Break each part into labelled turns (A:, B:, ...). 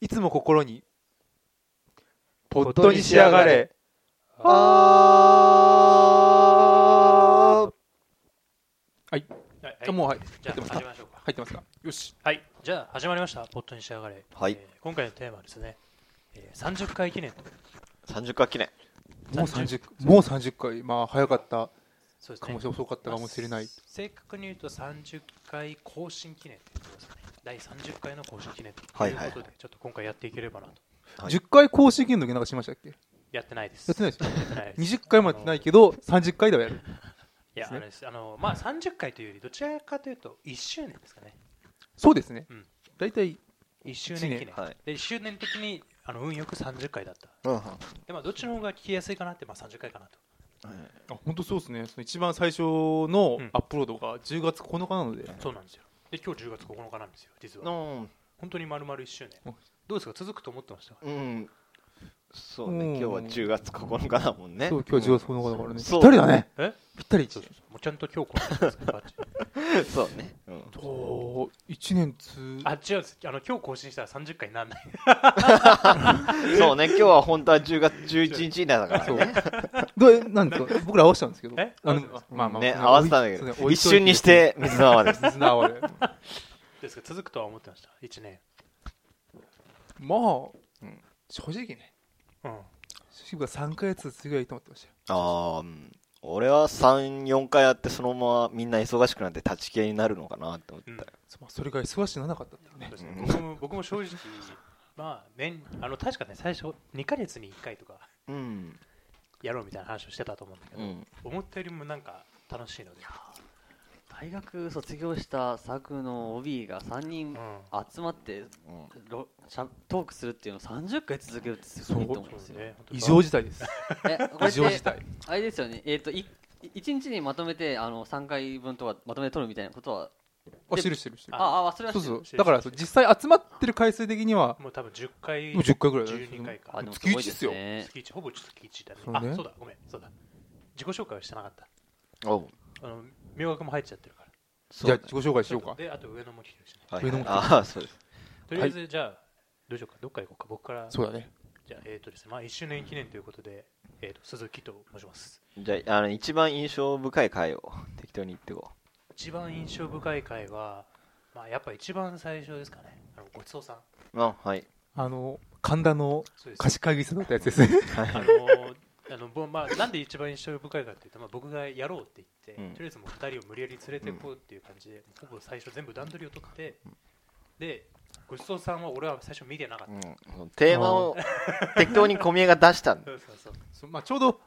A: いつも心にポットに仕上がれあはい
B: はい
A: じゃあもうはい
B: じゃ
A: 入って
B: あ
A: ますか
B: 始めましょうか。
A: 入ってますかよし
B: はい、じゃあ始まりました。ポットに仕上がれ。
C: はい
B: えー今回のテーマはですね、えー、30回記念と。
C: 30回記念
A: もう
B: 30
A: 30もう30回まあ早かった
B: そうです
A: かもし
B: れ
A: れ遅かったかもしれない
B: 正確に言うと30回更新記念ってことですかね。第30回の更新記念ということ
C: は
B: で、
C: いはい
B: ちょっと今回やっていければなと。
C: はい
A: 10回公式限度なんかしましたっけ
B: やってないです。
A: やってないですよ
B: やってないです。
A: 20回もやってないけど30回ではやる
B: いや、あれです。あの、まあ30回というより、どちらかというと1周年ですかね。
A: そうですね
B: うん
A: 大体
B: 1周年記
A: 一
B: 念。
C: はい
B: で、1周年の時に、あの運よく30回だった。
C: うんうん
B: で、まあどっちの方が聞きやすいかなって、まあ30回かなと。
A: あ本当そうですねその一番最初の
B: うん
A: アップロードが10月9日なので
B: そうなんですよ。で、今日10月9日なんですよ、実は。
C: の
B: 本当に丸々1周
A: うん
B: 年どうですか続くと思ってましたか
C: うんそう
A: う
C: ね
A: ん
C: 今日は10月9日だもんね
A: そう今日は10月9日だからねぴ
C: そう
A: ったりだね
B: え
A: ぴったり
B: そうそうそうもうちゃんと今日このですけどバッチリ
C: うんそうねうん
A: お1年つ
B: あ違うんですあの今日更新したら30回にならない
C: そうね今日は本当は10月11日以来だから
A: そう
C: ね
A: どうなんですか僕ら合わせたんですけど
B: え
A: あの
B: 合わせたんです
A: まあまあ
C: ね合わせたんだけど一瞬にして水の泡です
A: 水縄 で
B: ですが続くとは思ってました1年
A: まあ
C: ん
A: 正直ね
B: うん
A: 正直僕は3ヶ月ぐらいと思ってましたよ
C: ああうん俺は34回やってそのままみんな忙しくなって立ち消えになるのかなって思ったよ
A: そまあそれが忙しくならなかったっていう
B: そう
A: ね
B: です
C: う
B: ね
C: ん
B: 僕も僕も正直まあ年あの確かね最初2ヶ月に1回とか
C: うん
B: やろうみたいな話をしてたと思うんだけど、
C: うん
B: 思ったよりもなんか楽しいので、
D: 大学卒業したサークルの OB が3人
B: うん
D: 集まって
C: うん
D: ろしゃトークするっていうのを30回続けるってすごいと思うんですよ。
A: 異常
B: 時
A: 事態です
D: えこれ
A: 異常
D: っ
A: 事
D: て
A: 態
D: あれですよね、えー、とい1日にまとめてあの3回分とかまとめて取るみたいなことは
A: あしてるしてるしてる
D: ああ忘れま
A: そう
D: した
A: そ
D: よ
A: うだからそう実際集まってる回数的には
B: もう多分10回
A: もう10回ぐらいだね
B: 12回か
D: あ
A: でも
D: すごい
A: 月一っすよ
D: ね
B: 月1ほぼ月1だね
A: そうね
B: あそうだごめんそうだ自己紹介はしてなかった
C: おう
B: あの名学も入っちゃってるから
A: じゃあ自己紹介しようか
B: であと上野も来てるしね
C: はい
A: 上
C: は
A: の
C: い
A: 方
C: ああそうです
B: とりあえずじゃあどうしようかどっから行こうか僕から
A: そうだね
B: じゃあえっとですねまあ1周年記念ということでえーと鈴木と申します
C: じゃああの一番印象深い回を 適当に言ってこ
B: 一番印象深い回はまあやっぱ一番最初ですかねあのごちそうさん
C: うあはい
A: あの神田の
B: そうです
A: 貸し会議室だったやつですね
B: あのあのぼまあ、なんで一番印象深いかっていうと、まあ、僕がやろうって言って、
C: うん
B: とりあえずもう2人を無理やり連れてこうっていう感じで、ほぼ最初全部段取りを取って、でごちそうさんは俺は最初見てなかった、
C: うん、テーマを 適当に小宮が出したんだ
B: そうそうそう
A: そうまあちょうど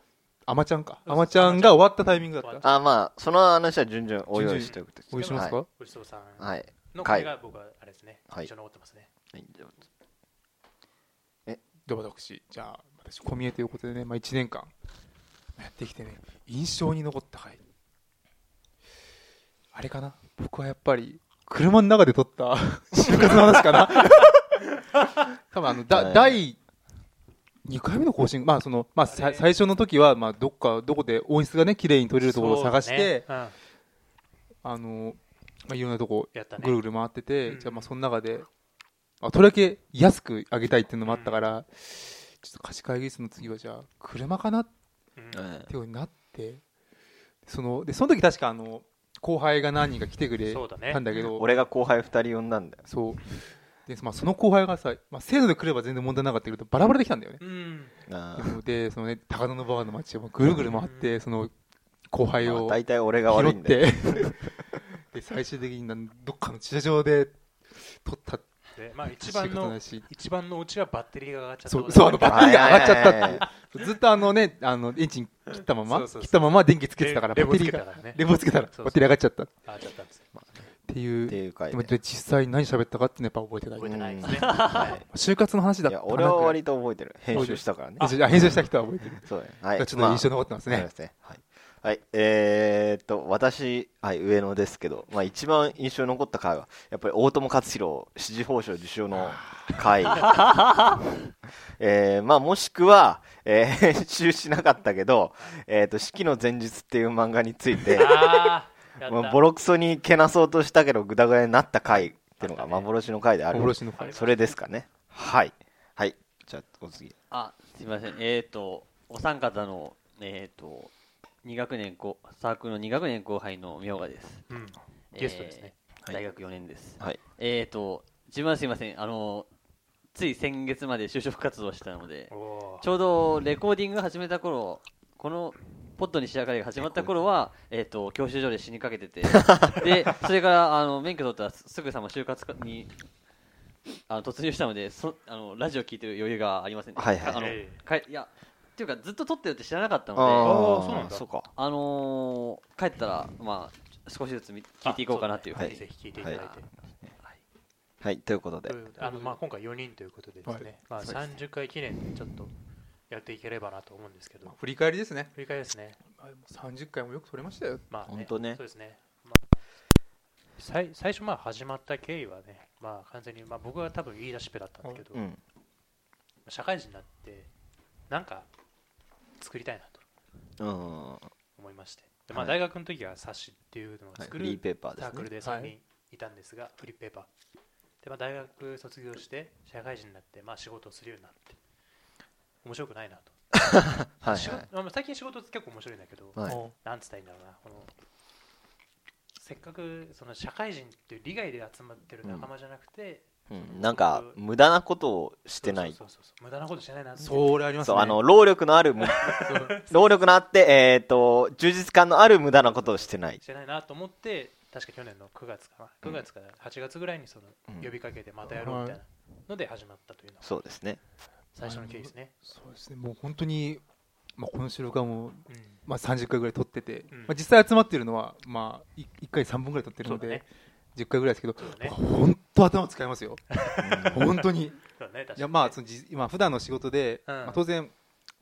A: あまちゃんかあまちゃんが終わったタイミングだっ
B: 終わったた
C: あまあその話は順々お用意しておくと
A: お許しますか、
B: ごちそうさん
C: はい、はい
B: の回が僕はあれですね、
C: はい
B: 一緒に残ってますね
C: はいじゃあ
A: で私じゃあ私小見えということでね、まあ、1年間やってきてね印象に残った回あれかな僕はやっぱり車の中で撮った就活の話かな多分あのだ、
C: はい
A: 第2回目の更新まあその、まあ、さ
B: あれ
A: 最初の時はまあどっかどこで音質がね綺麗に撮れるところを探して、
B: そうね
A: あの、まあ、いろんなとこ
B: うんやったね
A: ぐるぐる回ってて、
B: うん
A: じゃあまあその中で、あ、とりわけ安く上げたいっていうのもあったから、ちょっと貸し会議室の次はじゃあ車かなっ
B: う
C: うん
B: ん
A: てようになってそのでその時確かあの後輩が何人か来てくれ
B: そうだね
A: たんだけど
C: 俺が後輩2人呼んだんだよ
A: そうで、まあ、その後輩がさ、まあ、制度で来れば全然問題なかったけどバラバラできたんだよね、
B: うん
C: あ
A: でもでそのね高田のバーの街をぐるぐる回って、その後輩
C: ー
A: を
C: まあ大体俺が
A: 拾
C: 悪
A: っ
C: いんだよ
A: てで最終的になんどっかの駐車場で取ったって
B: でまあ、一
A: 仕
B: 番
A: 方
B: の
A: だし
B: 一番のうちはバッテリーが上がっちゃった
A: そ
B: こ
A: う
B: と
A: そう
B: だ
A: あのバッテ
B: ね
A: リーが上 がっちゃ
C: はいはいはい
A: ったってずっとあのねあのエンジン切ったまま
B: そうそうそう
A: 切ったまま電気つけてたからバ
B: レ
A: ッテリーが
B: レモつけたからね
A: レモつけたら
B: そうそう
A: バッテリー上がっちゃったっ
B: 上がっちゃったんですよ
A: て
C: って
A: いう
C: いう回
A: で
C: で
A: もで実際何喋ったかっていうのはやっぱ覚えて ない
B: 覚えてないですね、
C: はい
A: 就活の話だっ
C: い
A: た
C: や
A: かな
C: 俺は割と覚えてる編集したからね
A: あじゃあ編集した人は覚えてる
C: そうだねはい
A: ちょっと印象残ってます
C: まあ
A: ね
C: そうですねはいはいえーっと私、はい、上野ですけど、まあ、一番印象に残った回はやっぱり大友克洋支持報奨受賞の回 えーまあ、もしくは、えー編集しなかったけど「えー、と四季の前日」っていう漫画について
B: あーやった
C: まあボロクソにけなそうとしたけどグダグダになった回っていうの
B: あ
C: が
B: ったね
C: 幻の回である
A: 幻の
B: あれ
A: 回
C: それですかねはいはいじゃあお次
D: あすみませんえっ、とお三方のえっ、と2学年後サークルの2学年後輩のみょうがです
B: うんゲストですね、
D: え
C: は
D: ー
C: い
D: 大学4年です、
C: はい
D: えっ、と自分はすみませんあのつい先月まで就職活動をしてたので
B: おー
D: ちょうどレコーディング始めた頃このポッドに仕上がりが始まった頃は、えっと教習所で死にかけててでそれからあの免許取ったらすぐさま就活にあの突入したのでそあのラジオ聞いてる余裕がありませんでした
C: はいはい
D: あの
B: え
D: かいやっていうかずっと撮ってるって知らなかった
C: あ
D: のであ
B: ーそうなんだ
C: そうか
D: のー帰ったら、まあ、少しずつみ
B: え
D: 聞いていこうかなっていう
B: あ
D: ふう
B: そね
D: に、
C: はい
B: ぜひ聞いていただいて、
D: はい
C: はいということ
B: と
C: で
B: いうあのまあ、今回4人ということでですね、まあ、
D: そうですね
B: 30回記念でちょっとやっていければなと思うんですけど
A: 振り返りですね
B: 振り返りですね
A: 30回もよく取れましたよ
B: まあね
C: 本当ね
B: そうですね、まあ、最最初まあ始まった経緯はね、まあ、完全に、まあ、僕は多分言い出しっぺだったんですけど、
C: うん
B: 社会人になってなんか作りたいなと
C: うん
B: 思いましてでまあ、
C: は
B: 大
C: い
B: 学の時は冊子っていうのを
C: はい
B: 作
C: フ
B: る、
C: リーペーパーで
B: サー
C: す
B: クル
C: ね
B: で
A: は
B: 3
A: い
B: 人いたんですが、フリーペーパーで、まあ、大学卒業して社会人になって、まあ、仕事をするようになって面白くないなと、
C: はい
B: 仕
C: は
B: 事
C: い
B: まあ最近仕事結構面白いんだけど、
C: はい
A: うん
B: なんつったらいいんだろうなこのせっかくその社会人っていう利害で集まってる仲間じゃなくて、
C: うんなんか無駄なことをしてない
B: そうそうそうそう無駄なことしてないなって
A: そう俺あります
C: そう
A: ね
C: あの労力のある 無労力のあってえっと充実感のある無駄なことをしてない
B: してないなと思って確か去年の9月かな9月から8月ぐらいにその
C: うん
B: 呼びかけてまたやろうみたいなので始まったというのが
C: そうですね
B: 最初の経緯ですね。
A: そうですねもう本当にまあこの収録はもう
B: うん
A: まあ30回ぐらい撮ってて
B: うん
A: まあ実際集まってるのはまあ1回3本ぐらい撮ってる
B: そ
A: の
B: うだ
A: で
B: ね。
A: 10回ぐらいですけど
B: そうだね
A: 僕は本当頭使いますよ本当に
B: そうだね。確かに
A: いやまあそのじ今普段の仕事で
B: うん
A: まあ当然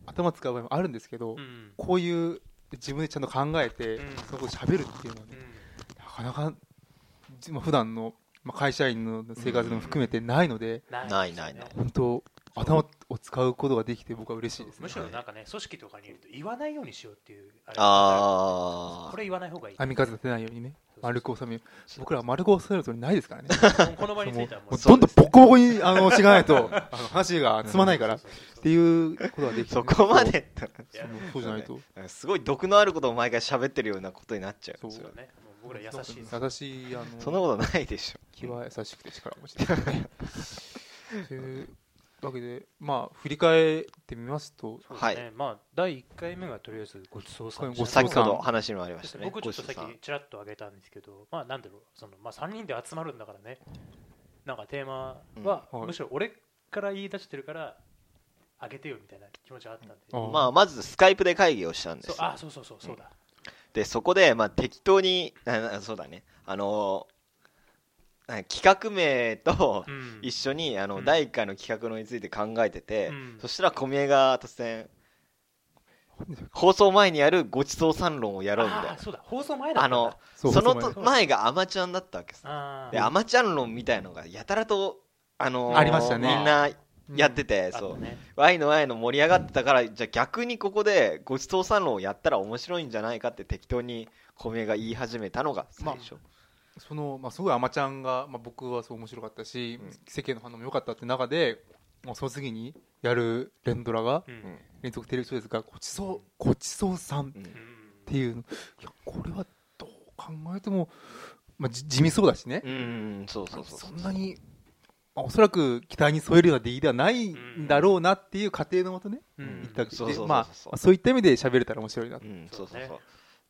A: 頭使う場合もあるんですけど
B: うん
A: こういう自分でちゃんと考えて
B: うん
A: そこを喋るっていうのはねなかなかじまあ普段のまあ会社員の生活でも含めてないので
B: ない
C: ないない
B: ですよね
A: 本当頭を使うことができて僕は嬉しいですね
B: むしろなんかね、組織とかにいると言わないようにしようっていうあれ
C: あ
B: これ言わない方がいい。
A: 網数立てないようにね
B: そうそう
A: 丸く収める僕らは丸く収めるとないですからね
B: この場につ
A: も
B: いうてはも
A: も
B: う
A: うどんどんボコボコにあのしていかない とあの話が
C: ん
A: つまないからっ
B: そうそうそう
A: ていうことができて
C: そこまで
B: い
A: そ
B: や
A: うそうじゃないと
C: なんかすごい毒のあることを毎回喋ってるようなことになっちゃう
A: そう
B: そうだね。もう僕ら優しいです。
A: 優しいあ
C: そんな
A: の
C: ことないでしょ
A: 気は優しくて力持ちですねというわけでまあ振り返ってみますと
B: そうですね
C: は。
B: まあ、第1回目がとりあえずごちそうさまで
A: ご
B: し
A: ち
B: た。
A: そうさま
C: 先ほど話にもありましたね
B: 僕ちょっとさ
C: ご主さ
B: っ
C: ん
B: きちらっと挙げたんですけど、まあなんだろう、そのまあ3人で集まるんだからね、なんかテーマは、
A: うんはい
B: むしろ俺から言い出してるから、あげてよみたいな気持ちがあったんで、
A: うん
C: まあまずスカイプで会議をしたんで
B: そう
C: す
B: あそうそうそう、そうだ、
C: でそこでまあ適当にあなそうだねあのあ企画名と
B: うん
C: 一緒にあの、
B: うん
C: 第1回の企画のについて考えてて、
B: うん
C: そしたら小宮が突然放送前にやるごちそう三論をやろうみたい
B: あ
C: な
B: そうだ、放送前だった
C: あ
B: んだ
C: の
A: そ
C: そうの
A: そう
C: と前がアマちゃんだったわけさ
B: あ
C: でアマちゃん論みたいのがやたらとあのー
A: ありましたね
C: みんなやって
A: て
C: て、
B: あ
C: そう
B: ね、
C: ワイのワイの盛り上がってたからじゃあ逆にここでごちそう三論をやったら面白いんじゃないかって適当に小宮が言い始めたのが最初、
A: その、まあ、すごいあまちゃんが、まあ、僕はそう面白かったし、
C: うん
A: 世間の反応も良かったって中で、まあ、その次にやる連ドラが
B: うん
C: うん
A: 連続テレビ小説がごちそうごちそうさんっ
C: うん
A: ていうのいやこれはどう考えても、まあ、じ地味そうだしね、
C: うんそうそうそう
A: そんなに、まあ、おそらく期待に添えるような出来ではないんだろうなっていう過程のもとね、
B: うん
C: うん
A: 言ったわけ
C: そうそうそう
A: で
C: そう
A: まあまあそういった意味で喋れたら面白いなと、
C: うん
B: そ
C: そうう
B: だ
C: そう
B: ね
C: そ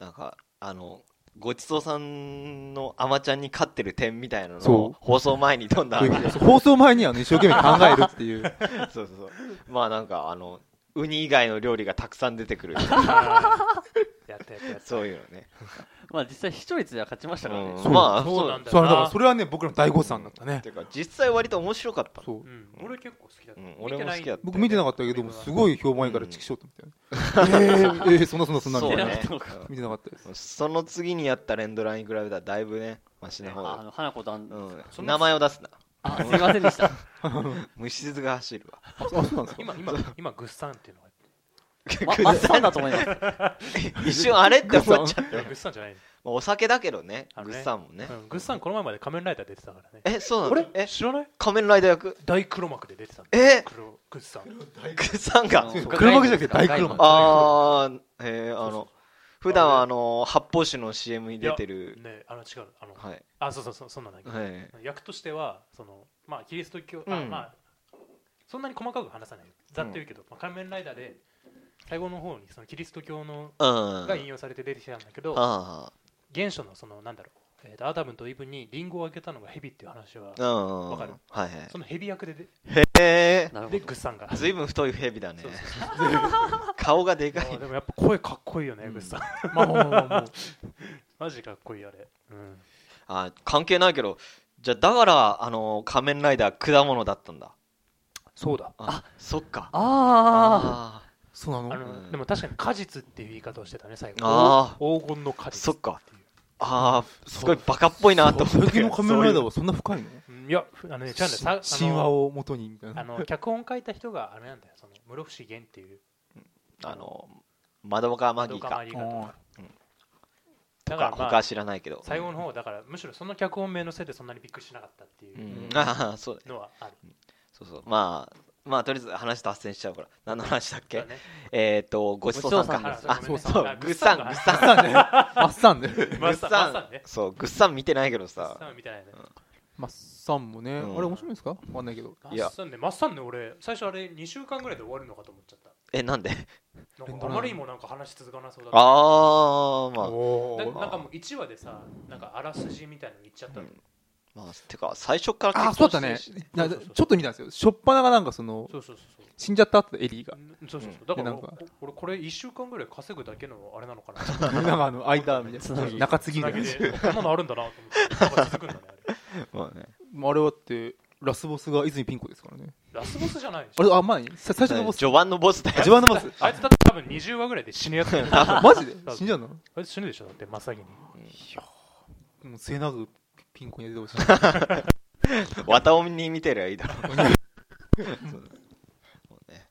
C: うなんかあのごちそうさんのアマちゃんに勝ってる点みたいなの
A: そ
C: を放送前に飛んだ
A: こういう意味でそう放送前には、ね、一生懸命考えるっていう。
C: そうそうそうまあなんかあのウニ以外の料理がたくさん出てく る
B: あーやったやったやった。
C: そういうのね
D: まあ、実際視聴率では勝ちましたからね、
C: うん
A: そう
C: まあ
B: そうなんだよな
A: そうだからそれはね僕らの大誤算だったね
C: ていうか実際割と面白かった
A: そう
B: うん、俺結構好きだった。
C: うん俺も好きだった
A: 僕見てなかったけどもすごい評判いいから
C: うん
A: チキショートみたいな、えー、えーそんなそんなそんなみたい
C: そ
A: うな、
C: ね
D: そうか
A: 見てなかったです
C: その次にやった連ドラに比べたらだいぶねマシな方
D: あ
C: だ、
D: の花子とあん、
C: う
B: そ
C: ん、
B: の
C: 名前を出すな
D: あすいません でした、
C: 虫唾が走るわ
A: あそうあ そうなんですか
B: 今、今、今、グッサンっていうのが
D: ま、真っ青だと思いま す
C: 一瞬あれって思っちゃっ
B: いやグ
C: て
B: ッサンじゃない。
C: まあ、お酒だけどね
B: あの
C: グ
B: ね
C: ッサンもね、
B: うんグッさんこの前まで仮面ライダー出てたからね
C: えそうなの
B: 俺
C: え
B: 知らない
C: 仮面ライダー役
B: 大黒幕で出てたんだ
C: え
B: 黒グッさん
C: グッサン が
A: そう車じゃなくて大黒幕
C: あーえー、あの普段はあの発泡酒の CM に出てる
B: ねあの違うあの
C: はい
B: あそうそうそうそんなんだけど
C: はい
B: 役としてはそのまあキリスト教
C: う
B: あ
C: ん
B: まあそんなに細かく話さないよざっと言うけどまあ仮面ライダーで最後の方にそのキリスト教の
C: うん
B: が引用されて出てきたんだけど
C: あ
B: 原初のそのなんだろうえーとアダムとイブにリンゴをあげたのがヘビっていう話は
C: あうん
B: わかる
C: はいはい
B: そのヘビ役でで
C: へえ
D: なるほ
B: で
D: ど
B: グッさんが
C: ずいぶん太い蛇だね
B: そうそう
C: 顔がでか
B: あー
C: い
B: でもやっぱ声かっこいいよね、
C: うん
B: グッさん。
A: まあまあまあまあもう
B: マジかっこいいあれ。うん、
C: あ関係ないけどじゃあだからあの仮面ライダー果物だったんだ
B: そうだ。
C: あそっかあ
D: あ
A: そうなの
B: あ
C: う
B: の
C: ん
B: でも確かに果実っていう言い方をしてたね、最後。
C: あ
B: お黄金の果
C: ー
B: 実。
C: そっか
B: てい
C: あーすごいバカっぽいなと
A: そう
C: 思っ
A: 最近
C: て
A: の仮面ライダーはそんな深いの
B: ううんいや、ふあのね、ちゃんとさ
A: 神話。を元にみたい
B: あのあ
A: な
B: の脚本書いた人があれなんだよ、その室伏源っていう、
C: あの窓岡マギ
B: ド
C: ー
B: カ
C: か
B: マリガとか。
C: と
B: だから、
C: か
B: ま
C: 他
B: あ、
C: 知らないけど
B: 最後の方、だからむしろその脚本名のせいでそんなにびっくりしなかったっていううん
A: ん
C: ああ そうだ
B: のはある。
C: そうそうまあまあとりあえず話脱線しちゃうから何の話だっけ、
B: だね
C: えっ、ー、とごちそうさんか
D: ごち
B: そうさんですあごめんね
C: そうそうぐっさんぐ
B: あ
C: っさ
A: さ
C: ん
A: んねマッサンね
B: マッサンマッサンね
C: そうぐっさん見てないけどさ
B: マッサンみたいなね。
A: マッサンもねあれ
C: うん
A: 面白いんですかわかんないけど
B: マ
C: いや
B: ッサンね、マッサンね、俺、最初あれ2週間ぐらいで終わるのかと思っちゃった。
C: えなんで
B: なんかあまりにもなんか話続かなそうだった
C: ああまあ
A: お
B: な
A: ー
B: なんかもう1話でさなんかあらすじみたいの言っちゃったの、
C: うんまあてか最初から
A: あ
C: 結
A: そう
C: 婚
A: だったね
C: してるし
A: な
B: そうそうそう
A: ちょっと見たんですよしょっぱながなんかその
B: そうそうそうそ
A: 死んじゃった後エリーが
B: ううんそうそう
C: う
B: そうだから
A: でなん
B: 俺
A: か
B: 俺これ1週間ぐらい稼ぐだけのあれなのかな
A: なんかあの間みたいな中継ぎみ
B: だ
A: た
B: け
A: いな
B: でこんなのあるんだなと思ってなんか続くんだねあれ
C: まあね
A: まああれはってラスボスが泉ピン子ですからね
B: ラスボスじゃないでし
A: あ
B: ょ
A: れあ前にさ最初のボス
C: 序盤のボスだよ
A: 自慢のボス
B: あいつだって多分20話ぐらいで死ぬ やつだよ
A: あ マジで死んじゃうの
B: あいつ死ぬでしょだって真っ先に
A: もう末永くピン子に出てほしい
C: 綿鬼に見てりゃいいだろそうだそうね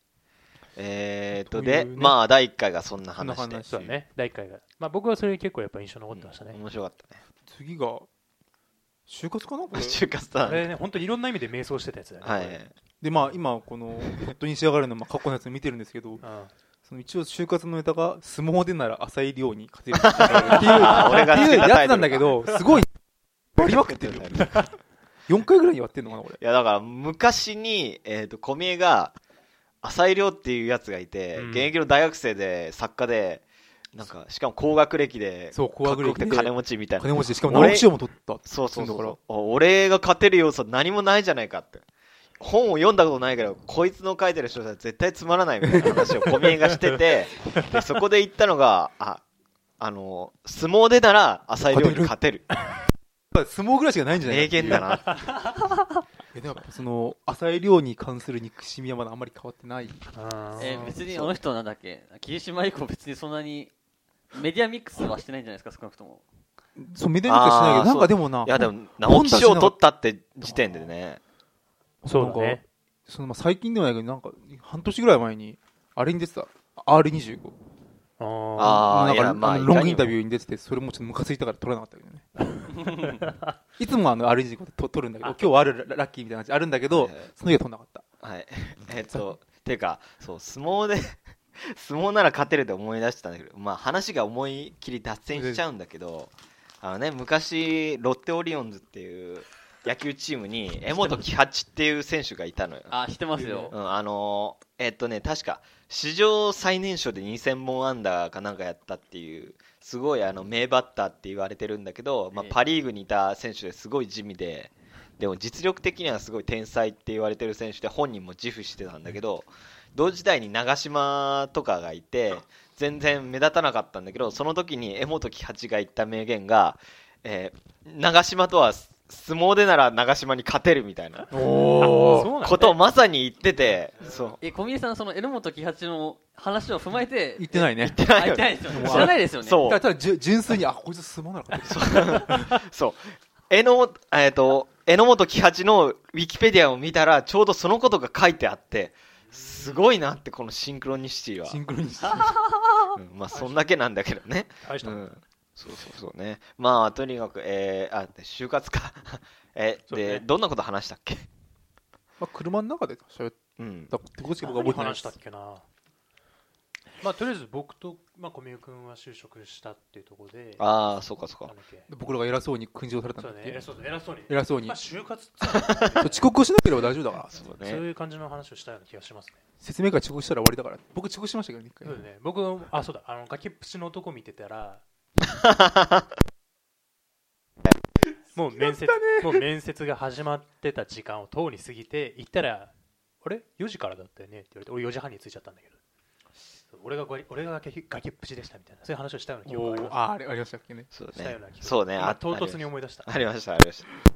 C: えー、っと
A: とい
C: で、
A: うね
C: まあ第1回がそんな
A: そんな
C: 話で
A: 話
B: そうだね第1回がまあ僕はそれ結構やっぱ印象残ってましたね、
C: うん面白かったね
A: 次が就活かなこれ
C: 中華スタ
B: あれ
C: ー
B: ね本当にいろんな意味で迷走してたやつだよね
C: は
B: これ
C: い
A: でまあ今この「本当に仕上がる」のまあ過去のやつ見てるんですけど
B: うん
A: その一応就活のネタが「相撲でなら浅井亮に勝て る」っていう
C: あ俺が
A: っ
C: 知ってて
A: いうや
C: たタ
A: つな
C: イト
A: ん
C: ル
A: だけど、すごい、バリまくってるよ。4回ぐらいに割ってんのかな、これ。
C: いやだから昔に、えー、と小宮が浅井亮っていうやつがいて、
B: うん
C: 現役の大学生で作家でなんかしかも高学歴で
A: そう高学歴で
C: かっこよくて金持ちみたいな
A: 金持ちで、しかも
C: 俺
A: 直木賞も取った。
C: そうそうそう
A: だから
C: お俺が勝てる要素何もないじゃないかって本を読んだことないけどこいつの書いてる小説は絶対つまらないみたいな話を小宮がしててでそこで言ったのがああの相撲でなら浅井亮に勝てる
A: やっぱ相撲ぐらいしかないんじゃない
C: 名言だなって
A: いやでもやっぱその、浅井亮に関する憎しみはまだあんまり変わってない。
B: あー
D: えー別にあの人なんだっけ霧島以降別にそんなにメディアミックスはしてないんじゃないですか少なくとも
A: そう、目で見てしないけ
C: あ
A: ど、
C: ー
A: なんかでもな、
C: いやでも直木賞を取ったって時点でね
B: そうだ
A: なん
B: ね
A: かそのまあ最近ではないけど、なんか、半年ぐらい前に、あれに出てた。R25。
B: あー
C: ああ、
A: なん
C: い
A: か
C: や、まあ、
A: のロングインタ
C: ュ
A: ビューに出てて、それもちょっとムカついたから撮らなかったけどね。いつもあの R25 で撮撮るんだけど、今日はあるララッキーみたいな感じあるんだけど
C: はいはい、
A: その時は撮んなかった。
C: ー。はい。えっと、ていうか、そう、相撲で、 相撲なら勝てるって思い出してたんだけど、まあ、話が思いっきり脱線しちゃうんだけど、あのね、昔、ロッテオリオンズっていう野球チームに、江本喜八っていう選手がいたのよ。
D: あしてますよ
C: うん、あのーえっとね、確か、史上最年少で2000本安打かなんかやったっていう、すごいあの名バッターって言われてるんだけど、まあ
D: ええ、
C: パ・リーグにいた選手ですごい地味で、でも実力的にはすごい天才って言われてる選手で、本人も自負してたんだけど、同時代に長嶋とかがいて、全然目立たなかったんだけど、その時に江本喜八が言った名言が、えー長嶋とは相撲でなら長嶋に勝てるみたいな。
B: そうなんだね
C: ことをまさに言ってて、そう。
D: え小宮さんその榎本喜八の話を踏まえて
A: 言ってないね。
C: 言って
D: あ
C: ない
D: 言
C: よ
D: って
C: ね
D: ないですよね知らないですよね
C: そう
A: ただただじゅ純粋に、あ、こいつ相撲なのかと思って
C: そう。えの、えっ、と、榎本喜八のウィキペディアを見たら、ちょうどそのことが書いてあって、すごいなって、このシンクロニシティは
A: シ。ンクロにして。
C: うんまあ、そんだけなんだけどね。
B: 大した
C: う
B: もん
C: ん。そうそうそうね。まあ、とにかく、えー、あ、就活か。 え、
B: そうね
C: で、どんなこと話したっけ
A: まあ、車の中で喋っ
C: うん。
A: たってことしか僕は覚え
B: 何
A: てないで
B: 話し
A: す
B: たっけなまあとりあえず僕と、まあ、小宮君は就職したっていうところであ
C: ああ、そうかそうか
B: だ。っけ
A: 僕らが偉そうに訓示をされたん
B: そ
A: だ
B: う
A: っ
B: だね
A: け
B: 偉そう偉そうに、
A: 偉そうに
B: まあ、就活っつ
A: 遅刻をしなければ大丈夫だから
C: そう
B: そう
C: ね。
B: いう感じの話をしたような気がしますね
A: 説明会遅刻したら終わりだから僕遅刻しましたけどね一
B: そ
A: 回
B: うだね僕あそうだあの崖っぷちの男見てたらもう面接、もう面接が始まってた時間をとうに過ぎて行ったらあれ4時からだったよねって言われて俺4時半に着いちゃったんだけどそう俺がごり俺が崖崖っぷちでしたみたいなそういう話をしたような記憶があり
A: お
B: ます
A: ーああれありましたっけね
C: そう
B: したよ
C: ね
B: うな。気が
C: そうね。
B: 今
C: あ
B: 唐突に
C: ありま
B: 思い出した
C: したありました、ありました。